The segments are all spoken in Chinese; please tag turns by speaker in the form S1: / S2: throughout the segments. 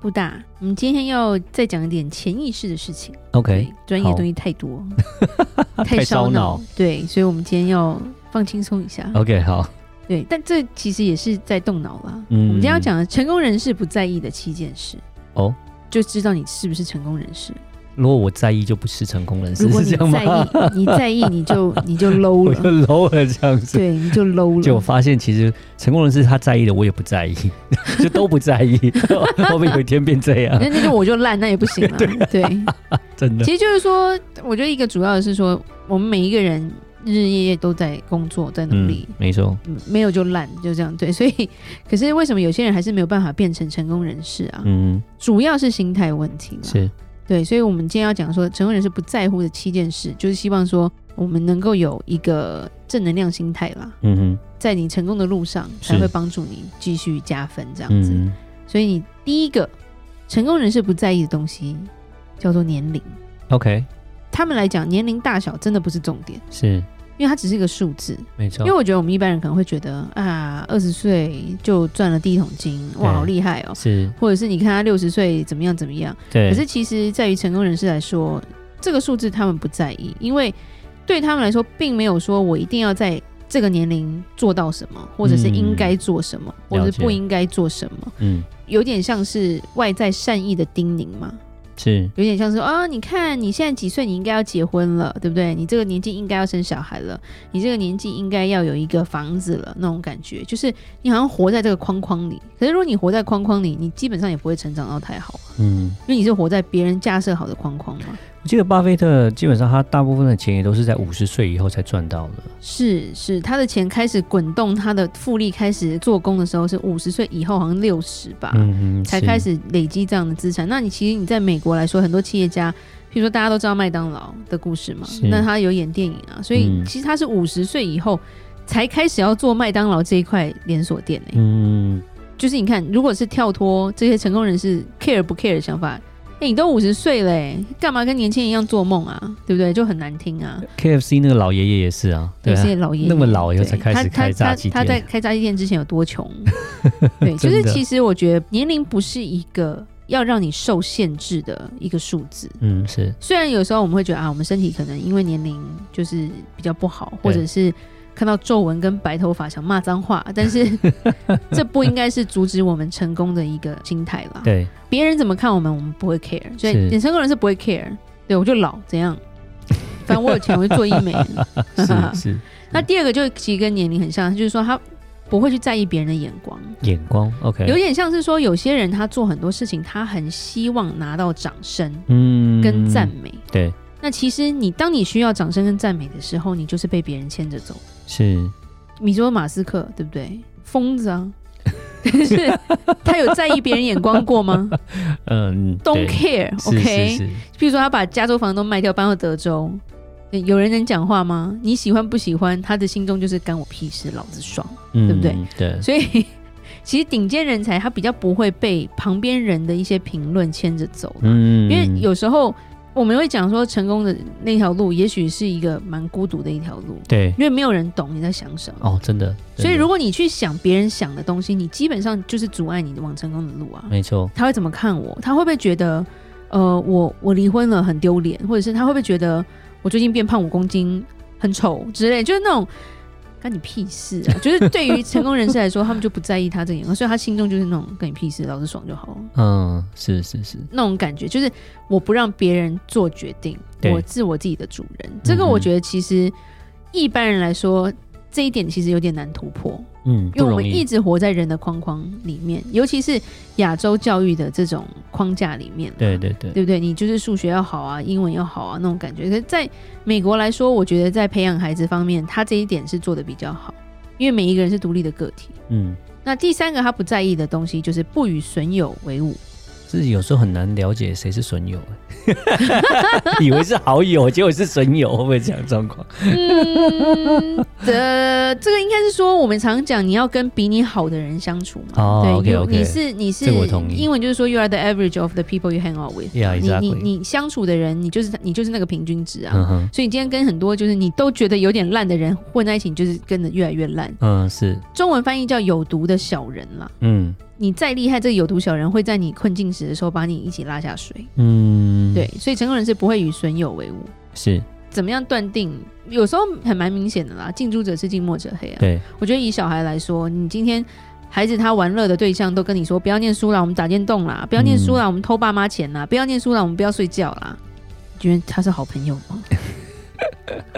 S1: 布大，我们今天要再讲一点潜意识的事情。
S2: OK，
S1: 对，专业
S2: 好
S1: 东西太 多，
S2: 太烧脑。哦
S1: 对，所以我们今天要放轻松一下。
S2: OK，好，
S1: 对，但这其实也是在动脑啦。
S2: 嗯
S1: 我们今天要讲的成功人士不在意的七件事。
S2: 哦，
S1: 就知道你是不是成功人士。
S2: 如果我在意，就不是成功人士，
S1: 如果
S2: 是
S1: 你
S2: 这样吗
S1: 在？意，你在意你就你就 low
S2: 我就
S1: 了，
S2: low 了这样子。
S1: 对，你就 low 了。
S2: 就我发现，其实成功人士他在意的，我也不 在意，就都不在意。会不会有一天变这样？
S1: 那那就我就烂，那也不 行啊。对，
S2: 真的
S1: 其实就是说，我觉得一个主要的是说，我们每一个人日日夜夜都在工作，在努力，，
S2: 没错，
S1: 嗯没有就烂，就这样。对，所以，可是为什么有些人还是没有办法变成成功人士啊？
S2: 嗯，
S1: 主要是心态问题嘛。
S2: 是，
S1: 对，所以我们今天要讲说，成功人士不在乎的七件事，就是希望说我们能够有一个正能量心态啦，
S2: 嗯
S1: 在你成功的路上
S2: 是
S1: 才会帮助你继续加分这
S2: 哼，
S1: 样子。
S2: 嗯，
S1: 所以你第一个成功人士不在意的东西叫做年龄。
S2: OK，
S1: 他们来讲，年龄大小真的不是重点，
S2: 是
S1: 因为它只是一个数字。
S2: 没错
S1: 因为，我觉得我们一般人可能会觉得啊，二十岁就赚了第一桶金，哇，
S2: 对
S1: 好厉害哦！
S2: 是
S1: 或者是你看他六十岁怎么样怎么样。
S2: 对，
S1: 可是其实，在于成功人士来说，这个数字他们不在意，因为对他们来说，并没有说我一定要在这个年龄做到什么，或者是应该做什么，
S2: 嗯
S1: 或者
S2: 了
S1: 是
S2: 解
S1: 不应该做什么，
S2: 嗯，
S1: 有点像是外在善意的叮咛嘛。
S2: 是
S1: 有点像是啊、你看你现在几岁，你应该要结婚了，对不对？你这个年纪应该要生小孩了，你这个年纪应该要有一个房子了，那种感觉，就是你好像活在这个框框里。可是如果你活在框框里，你基本上也不会成长到太好，
S2: 嗯，
S1: 因为你是活在别人架设好的框框嘛。
S2: 我记得巴菲特基本上他大部分的钱也都是在五十岁以后才赚到的，
S1: 是是，他的钱开始滚动，他的复利开始做工的时候是五十岁以后，好像六十吧。
S2: 嗯哼，
S1: 啊才
S2: 是
S1: 开，始累积这样的资产。那你其实你在美国来说，很多企业家，譬如说大家都知道麦当劳的故事嘛
S2: 是，
S1: 那他有演电影啊，所以
S2: 嗯
S1: 其实他是五十岁以后才开始要做麦当劳这一块连锁店呢、欸
S2: 嗯，
S1: 就是你看，如果是跳脱这些成功人士 care 不 care 的想法。哎、你都五十岁嘞、欸干嘛跟年轻人一样做梦啊？对不对？就很难听啊。
S2: KFC 那个老爷爷也是啊，对
S1: 有
S2: 啊
S1: 些老爷爷
S2: 那么老以后
S1: 对
S2: 才开始
S1: 他
S2: 开炸鸡
S1: 他他他在
S2: 店，
S1: 开炸鸡店之前有 多穷？对，就
S2: 真
S1: 是
S2: 的
S1: 其实我觉得年龄不是一个要让你受限制的一个数字。
S2: 嗯，是
S1: 虽然有时候我们会觉得啊，我们身体可能因为年龄就是比较不好，或者是看到皱纹跟白头发想骂 脏话，但是 这不应该是阻止我们成功的一个心态啦。
S2: 对，
S1: 别人怎么看我们，我们不会 care，所以
S2: 是
S1: 你成功人是不会 care。对我就老怎样，反正我有钱我就做医 美。
S2: 是是
S1: 那第二个就其实跟年龄很像，就是说他不会去在意别人的眼光，
S2: 眼光
S1: 有
S2: ，OK，
S1: 点像是说有些人他做很多事情，他很希望拿到掌声
S2: 嗯
S1: 跟赞，美。
S2: 对，
S1: 那其实你当你需要掌声跟赞美的时候，你就是被别人牵着走。
S2: 是
S1: 你说马斯克对不对？疯子啊！ 可是他有在意别人眼光 过吗
S2: 嗯，
S1: ？Don't
S2: 对
S1: care，OK？、
S2: 是是是，
S1: 譬如说他把加州房都卖掉，搬到德州，有人能讲话吗？你喜欢不喜欢？他的心中就是干我屁事，老子爽。
S2: 对
S1: 对不对？
S2: 嗯对，
S1: 所以其实顶尖人才他比较不会被旁边人的一些评论牵着走，
S2: 嗯
S1: 因为有时候我们会讲说成功的那条路，也许是一个蛮孤独的一条路，
S2: 对
S1: 因为没有人懂你在想什么。
S2: 哦，真的，
S1: 所以，如
S2: 果
S1: 果你去想别人想的东西，你基本上就是阻碍你往成功的路啊。
S2: 没错，
S1: 他会怎么看我？他会不会觉得，呃，我我离婚了很丢脸，或者是他会不会觉得我最近变胖五公斤很丑之类？就是那种干你屁事啊！ 就是对于成功人士来说，他们就不在意他这个眼光，所以他心中就是那种干你屁事，老子爽就好了
S2: 嗯，是是是，
S1: 那种感觉。就是我不让别人做决定，
S2: 对
S1: 我是我自己的主人。这个我觉得其实一般人来说。这一点其实有点难突破，
S2: 嗯，不
S1: 因为我
S2: 容
S1: 们一
S2: 易，
S1: 直活在人的框框里面，尤其是亚洲教育的这种框架里面。
S2: 对对对，
S1: 对不对？你就是数学要好啊，英文要好啊，那种感觉。可是在美国来说，我觉得在培养孩子方面，他这一点是做的比较好，因为每一个人是独立的个体。
S2: 嗯，
S1: 那第三个他不在意的东西就是不与损友为伍，
S2: 自己有时候很难了解谁是损友， 以为是好友，结果是损友，会不会这样状况？
S1: 嗯， 呃，这个应该是说我们常讲你要跟比你好的人相处嘛。
S2: 哦
S1: 对
S2: OK，OK
S1: 你你是你是
S2: 这个我同意
S1: 英文就是说 you are the average of the people you hang out with。
S2: Yeah,
S1: 你
S2: exactly.
S1: 你你相处的人，你就是你就是那个平均值啊。
S2: 嗯哼，
S1: 所以你今天跟很多就是你都觉得有点烂的人混在一起，你就是跟的越来越烂。
S2: 嗯是，
S1: 中文翻译叫有毒的小人啦。
S2: 嗯
S1: 你再厉害，这个有毒小人会在你困境时的时候把你一起拉下水。
S2: 嗯，
S1: 对，，所以成功人是不会与损友为伍。
S2: 是
S1: 怎么样断定？有时候很蛮明显的啦，近朱者赤，近墨者黑啊。
S2: 对，
S1: 我觉得以小孩来说，你今天孩子他玩乐的对象都跟你说不要念书啦，我们打电动啦；不要念书啦，我们偷爸妈钱啦；不要念书啦，我们不要睡觉啦。你觉得他是好朋友 吗？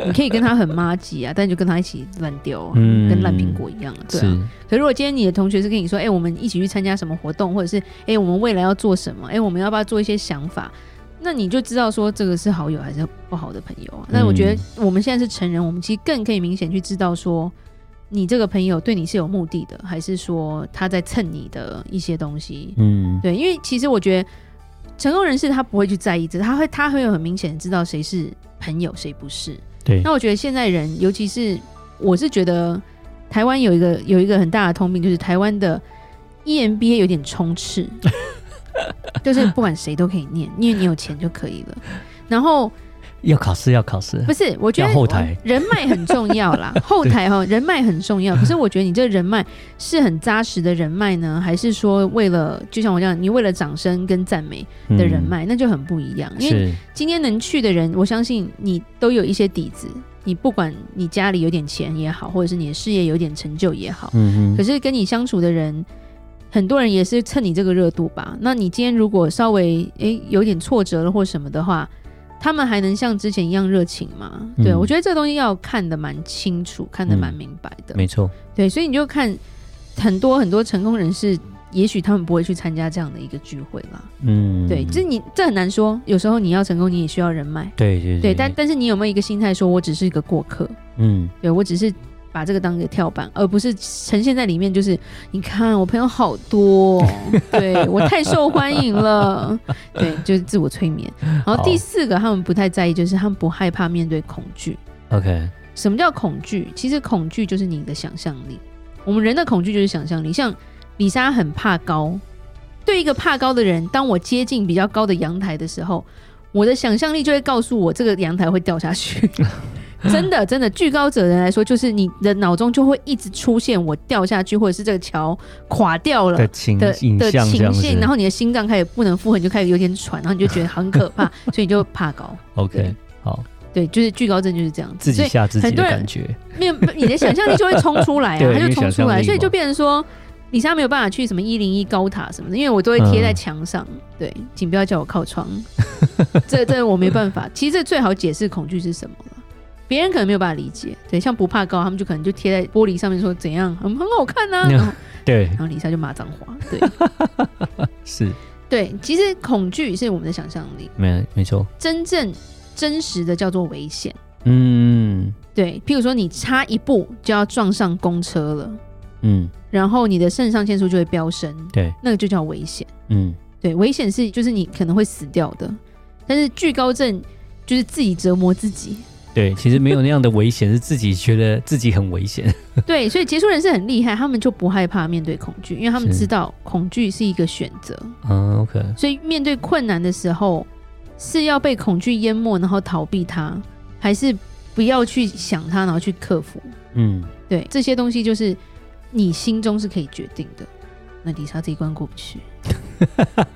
S1: 你可以跟他很妈鸡啊，但就跟他一起乱丢、啊，
S2: 嗯
S1: 跟烂苹果一样啊。对啊，
S2: 是，
S1: 可如果今天你的同学是跟你说，哎、我们一起去参加什么活动，或者是哎、我们未来要做什么，哎、我们要不要做一些想法？那你就知道说这个是好友还是不好的朋友啊。那我觉得我们现在是成人，我们其实更可以明显去知道说，你这个朋友对你是有目的的，还是说他在蹭你的一些东西？
S2: 嗯
S1: 对，因为其实我觉得成功人士他不会去在意这，他会他会有很明显的知道谁是朋友，谁不是。
S2: 对
S1: 那我觉得现在人，尤其是我是觉得台湾有一个有一个很大的通病，就是台湾的 E EMBA 有点 充斥，就是不管谁都可以念，因为你有钱就可以了。然后
S2: 要考试要考试
S1: 不，是，我觉得
S2: 要后台
S1: 人脉很重要啦， 后台哈人脉很重要。可是我觉得你这人脉是很扎实的人脉呢，还是说为了就像我这样，你为了掌声跟赞美的人
S2: 嗯
S1: 脉，那就很不一样。因为
S2: 是，
S1: 今天能去的人，我相信你都有一些底子。你不管你家里有点钱也好，或者是你的事业有点成就也好，
S2: 嗯
S1: 可
S2: 哼，
S1: 是跟你相处的人，很多人也是趁你这个热度吧。那你今天如果稍微诶有点挫折了或什么的话，他们还能像之前一样热情吗？
S2: 嗯
S1: 对我觉得这东西要看得蛮清楚，看得蛮
S2: 嗯
S1: 明白的。
S2: 没错，
S1: 对，所以你就看很多很多成功人士，也许他们不会去参加这样的一个聚会啦。
S2: 嗯，
S1: 对，这你这很难说。有时候你要成功，你也需要人脉。
S2: 对对
S1: 对，但但是你有没有一个心态，说我只是一个过客，
S2: 嗯
S1: 对我只是把这个当一个跳板，而不是呈现在里面，就是你看我朋友好多哦，对我太受欢迎了，对，就是自我催眠。然后第
S2: 好
S1: 四个，他们不太在意，就是他们不害怕面对恐惧。
S2: ，OK，
S1: 什么叫恐惧？其实恐惧就是你的想象力。我们人的恐惧就是想象力。像李莎很怕高，对一个怕高的人，当我接近比较高的阳台的时候，我的想象力就会告诉我这个阳台会掉下去。 真的，真的，惧高者人来说，就是你的脑中就会一直出现我掉下去，或者是这个桥垮掉了
S2: 的情
S1: 的
S2: 影
S1: 的
S2: 像这
S1: 情
S2: 样
S1: 形，
S2: 子，
S1: 然后你的心脏开始不能负荷，你就开始有点喘，然后你就觉得很可怕，所以你就怕高。
S2: OK，好，
S1: 对，就是惧高症就是这样子。
S2: 自
S1: 所以
S2: 己吓自己
S1: 很
S2: 的
S1: 多人
S2: 感觉，
S1: 没有，不你的想象力就会冲出来啊，
S2: 对
S1: 它就冲出
S2: 你的想象力
S1: 来，
S2: 嘛
S1: 所以就变成说，李莎没有办法去什么一零一高塔什么的，因为我都会贴在
S2: 嗯
S1: 墙上。对，请不要叫我靠窗， 这这我没 办法。其实这最好解释恐惧是什么了，别人可能没有办法理解。对，像不怕高，他们就可能就贴在玻璃上面说怎样，很很好看 呐、
S2: 嗯
S1: 然后
S2: 对，
S1: 然后李莎就骂脏话。对
S2: 是，
S1: 对，其实恐惧是我们的想象力，
S2: 没没错，
S1: 真正真实的叫做危险。
S2: 嗯
S1: 对，譬如说你差一步就要撞上公车了。
S2: 嗯，
S1: 然后你的肾上腺素就会飙升，
S2: 对，
S1: 那个就叫危险。
S2: 嗯
S1: 对，危险是就是你可能会死掉的，但是惧高症就是自己折磨自己。
S2: 对，其实没有那样的危险，是自己觉得自己很危 险，
S1: 对，所以结束人是很厉害，他们就不害怕面对恐惧，因为他们
S2: 是
S1: 知道恐惧是一个选择，
S2: 嗯 OK，
S1: 所以面对困难的时候是要被恐惧淹没，然后逃避它，还是不要去想它，然后去克服？
S2: 嗯，
S1: 对，这些东西就是你心中是可以决定的。那李莎这一关过不去，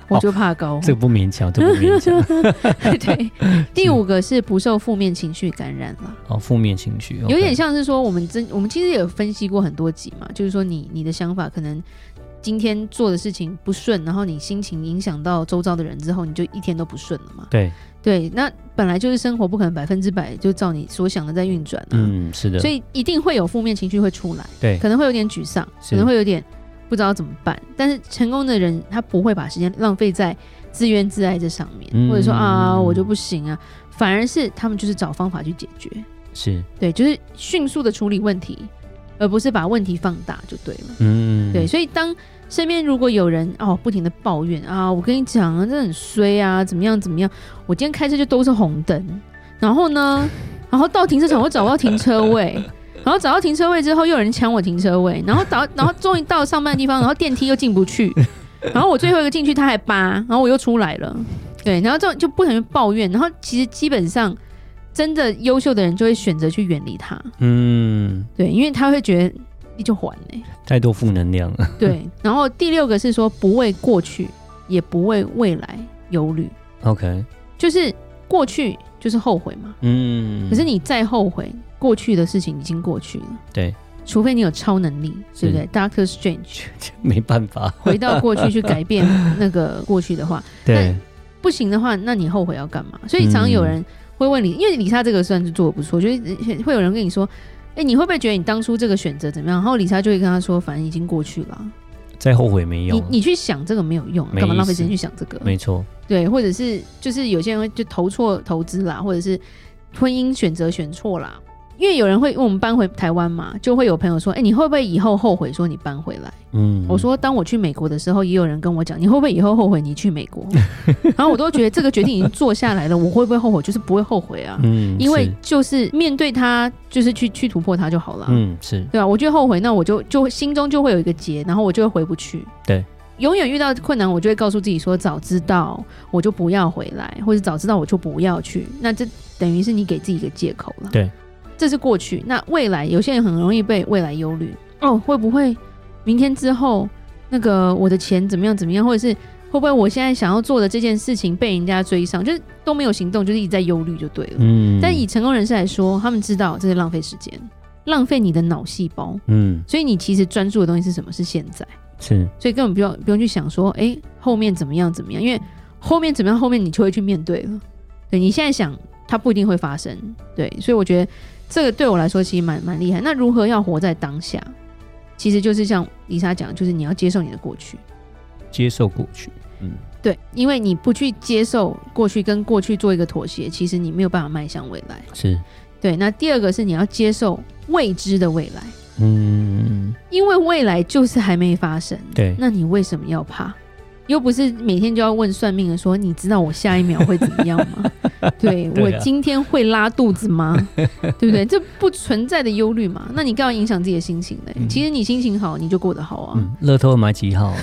S1: 我就怕高。
S2: 这不勉强，这不勉强，
S1: 对，第五个是不受负面情绪感染啦，
S2: 哦， 负面情绪
S1: 有点
S2: 像，
S1: 像是说我们真我们其实也有分析过很多集嘛，就是说你你的想法可能今天做的事情不顺，然后你心情影响到周遭的人之后，你就一天都不顺了嘛。
S2: 对，
S1: 对，那本来就是生活不可能百分之百就照你所想的在运转啊，
S2: 嗯，是的，
S1: 所以一定会有负面情绪会出来，
S2: 对
S1: 可能会有点沮丧，
S2: 是
S1: 可能会有点不知道怎么办。但是成功的人，他不会把时间浪费在自怨自艾这上面，
S2: 嗯
S1: 或者说啊我就不行啊，反而是他们就是找方法去解决，
S2: 是，
S1: 对，就是迅速的处理问题，而不是把问题放大就对了。
S2: 嗯，
S1: 对，所以当身边如果有人哦不停的抱怨啊，我跟你讲啊，这很衰啊，怎么样怎么样，我今天开车就都是红灯，然后呢，然后到停车场我找不到停车位。然后找到停车位之后，又有人抢我停车位，然后找，然后终于到上班的地方，然后电梯又进不去，然后我最后一个进去，他还扒，然后我又出来了，对，然后就就不停地抱怨，然后其实基本上真的优秀的人就会选择去远离他，
S2: 嗯，
S1: 对，因为他会觉得你就还欸嘞、
S2: 太多负能量了。
S1: 对，然后第六个是说不为过去，也不为未来忧虑，
S2: OK，
S1: 就是过去就是后悔嘛，
S2: 嗯，
S1: 可是你再后悔，过去的事情已经过去了，
S2: 对，
S1: 除非你有超能力，对不对？Doctor Strange
S2: 没办法，
S1: 回到过去去改变那个过去的话，
S2: 对，
S1: 不行的话，那你后悔要干嘛？所以常有
S2: 嗯
S1: 人会问你，因为李莎这个算是做的不错，就是会有人跟你说。哎、你会不会觉得你当初这个选择怎么样？然后李莎就会跟他说：“反正已经过去了啊、
S2: 再后悔没
S1: 你
S2: 用，
S1: 你去想这个没有用啊，
S2: 没
S1: 干嘛浪费
S2: 意思
S1: 时间去想这个？
S2: 没错，
S1: 对，或者是就是有些人会就投错投资啦，或者是婚姻选择选错啦。因为有人会因为我们搬回台湾嘛，就会有朋友说：“哎、你会不会以后后悔说你搬回来？”
S2: 嗯，
S1: 我说：“当我去美国的时候，也有人跟我讲，你会不会以后后悔你去美国？” 然后我都觉得这个决定已经做下来了，我会不会后悔？就是不会后悔啊，
S2: 嗯，
S1: 因为
S2: 是
S1: 就是面对它，就是去去突破它就好了。
S2: 嗯是
S1: 对啊，我就后悔，那我就就心中就会有一个结，然后我就会回不去。
S2: 对，
S1: 永远遇到困难，我就会告诉自己说，早知道我就不要回来，或者早知道我就不要去。那这等于是你给自己一个借口了。
S2: 对，
S1: 这是过去。那未来，有些人很容易被未来忧虑哦，会不会明天之后那个我的钱怎么样怎么样，或者是会不会我现在想要做的这件事情被人家追上，就是都没有行动，就是一直在忧虑就对了。
S2: 嗯，
S1: 但以成功人士来说，他们知道这是浪费时间，浪费你的脑细胞。
S2: 嗯
S1: 所以你其实专注的东西是什么？是现在，
S2: 是
S1: 所以根本不用不用去想说，哎、后面怎么样怎么样，因为后面怎么样，后面你就会去面对了。对你现在想，它不一定会发生。对，所以我觉得这个对我来说其实蛮蛮厉害。那如何要活在当下？其实就是像丽莎讲的，就是你要接受你的过去。
S2: 接受过去，嗯
S1: 对，因为你不去接受过去，跟过去做一个妥协，其实你没有办法迈向未来。
S2: 是
S1: 对，那第二个是你要接受未知的未来，
S2: 嗯
S1: 因为未来就是还没发生。
S2: 对
S1: 那你为什么要怕？又不是每天就要问算命的说，你知道我下一秒会怎么样吗？ 对
S2: 对啊
S1: 我今天会拉肚子 吗？对不对？这不存在的忧虑嘛？那你干嘛影响自己的心情呢？
S2: 嗯
S1: 其实你心情好，你就过得好啊，
S2: 嗯，乐透买几号？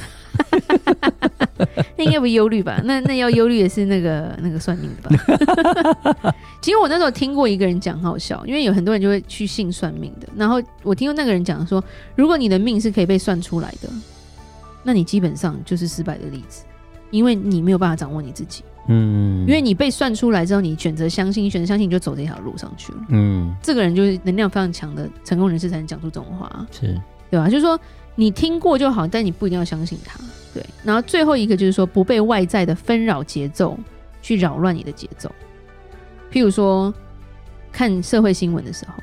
S1: 那应该不忧虑吧？那那要忧虑的是那个那个算命的吧？其实我那时候听过一个人讲，很好笑，因为有很多人就会去信算命的。然后我听过那个人讲说，如果你的命是可以被算出来的，那你基本上就是失败的例子，因为你没有办法掌握你自己，
S2: 嗯，
S1: 因为你被算出来之后，你选择相信，选择相信，你就走这条路上去了。
S2: 嗯
S1: 这个人就是能量非常强的成功人士才能讲出这种话啊、
S2: 是
S1: 对吧、就是说你听过就好，但你不一定要相信它。对，然后最后一个就是说不被外在的纷扰节奏去扰乱你的节奏。譬如说，看社会新闻的时候，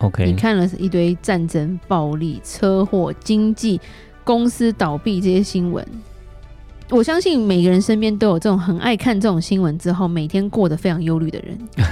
S1: 你
S2: OK，
S1: 看了一堆战争、暴力、车祸、经济、公司倒闭这些新闻。我相信每个人身边都有这种很爱看这种新闻之后，每天过得非常忧虑的人。啊，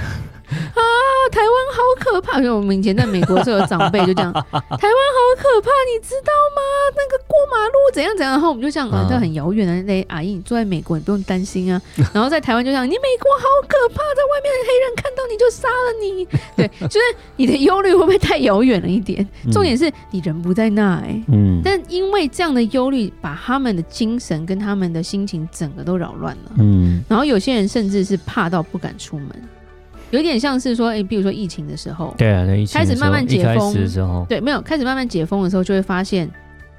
S1: 台湾好可怕！因为我们以前在美国是有长辈 就这样，台湾好可怕，你知道吗？那个过马路怎样怎样，然后我们就这样，啊
S2: 嗯，
S1: 这很遥远的那阿姨，你住在美国，你不用担心啊。然后在台湾就这样，你美国好可怕，在外面的黑人看到你就杀了 你。对，就是你的忧虑会不会太遥远了一点？
S2: 嗯
S1: 重点是你人不在那哎、欸
S2: 嗯
S1: 但因为这样的忧虑，把他们的精神跟他们的心情整个都扰乱了。
S2: 嗯
S1: 然后有些人甚至是怕到不敢出门，有点像是说，哎、比如说疫情的时候，
S2: 对啊，那疫情的
S1: 开始
S2: 时候
S1: 慢慢解
S2: 一开
S1: 封
S2: 始的时候
S1: 对，没有开始慢慢解封的时候，就会发现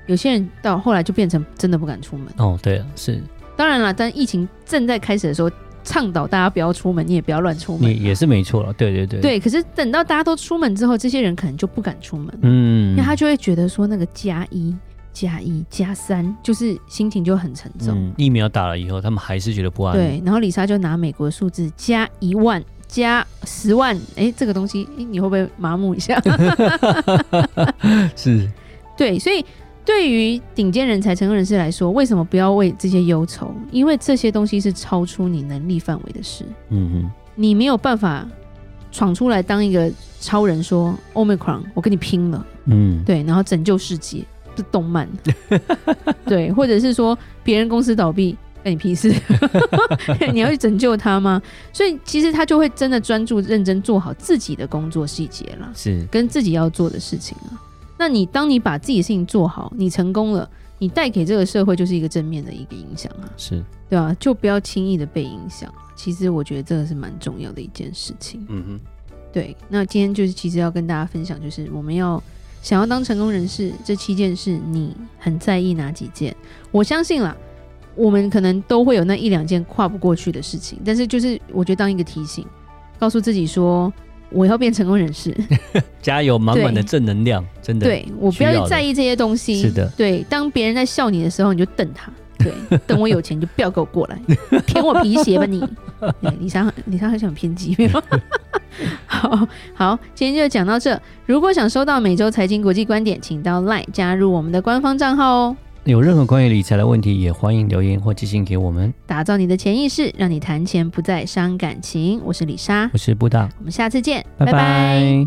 S1: 有些人到后来就变成真的不敢出门。
S2: 哦对啊，是
S1: 当然啦，但疫情正在开始的时候，倡导大家不要出门，你也不要乱出
S2: 也
S1: 门。
S2: 啊也是没错了，对对对，
S1: 对，可是等到大家都出门之后，这些人可能就不敢出门。
S2: 嗯，
S1: 因为他就会觉得说那个加一加一加三，就是心情就很沉重。
S2: 嗯疫苗打了以后，他们还是觉得不安，
S1: 对，然后李莎就拿美国的数字加一万加十万，哎、这个东西，哎、你会不会麻木一下？
S2: 是
S1: 对，所以对于顶尖人才、成功人士来说，为什么不要为这些忧愁？因为这些东西是超出你能力范围的事，
S2: 嗯嗯
S1: 你没有办法闯出来当一个超人说 Omicron，我跟你拼了，
S2: 嗯，
S1: 对，然后拯救世界。是动漫， 对，或者是说别人公司倒闭，干你屁事？ 你要去拯救他吗？所以其实他就会真的专注认真做好自己的工作细节啦，
S2: 是
S1: 跟自己要做的事情啊。那你当你把自己的事情做好，你成功了，你带给这个社会就是一个正面的一个影响啊。
S2: 是，
S1: 对啊，就不要轻易的被影响。其实我觉得这个是蛮重要的一件事情。
S2: 嗯
S1: 对，那今天就是其实要跟大家分享，就是我们要想要当成功人士，这七件事你很在意哪几件？我相信啦，我们可能都会有那一两件跨不过去的事情，但是就是我觉得当一个提醒，告诉自己说我要变成功人士，
S2: 哼，加油，满满的
S1: 对
S2: 正能量，真的，
S1: 对我不
S2: 需要
S1: 要
S2: 的
S1: 去在意这些东西。
S2: 是的，
S1: 对，当别人在笑你的时候，你就瞪他。 对，等我有钱就不要给我过来，舔我皮鞋吧 你。哎李莎，李莎很想偏激，没有？ 好好，今天就讲到这。如果想收到每周财经国际观点，请到 LINE 加入我们的官方账号哦。
S2: 有任何关于理财的问题，也欢迎留言或寄信给我们。
S1: 打造你的潜意识，让你谈钱不再伤感情。我是李莎，
S2: 我是布大，
S1: 我们下次见，
S2: 拜拜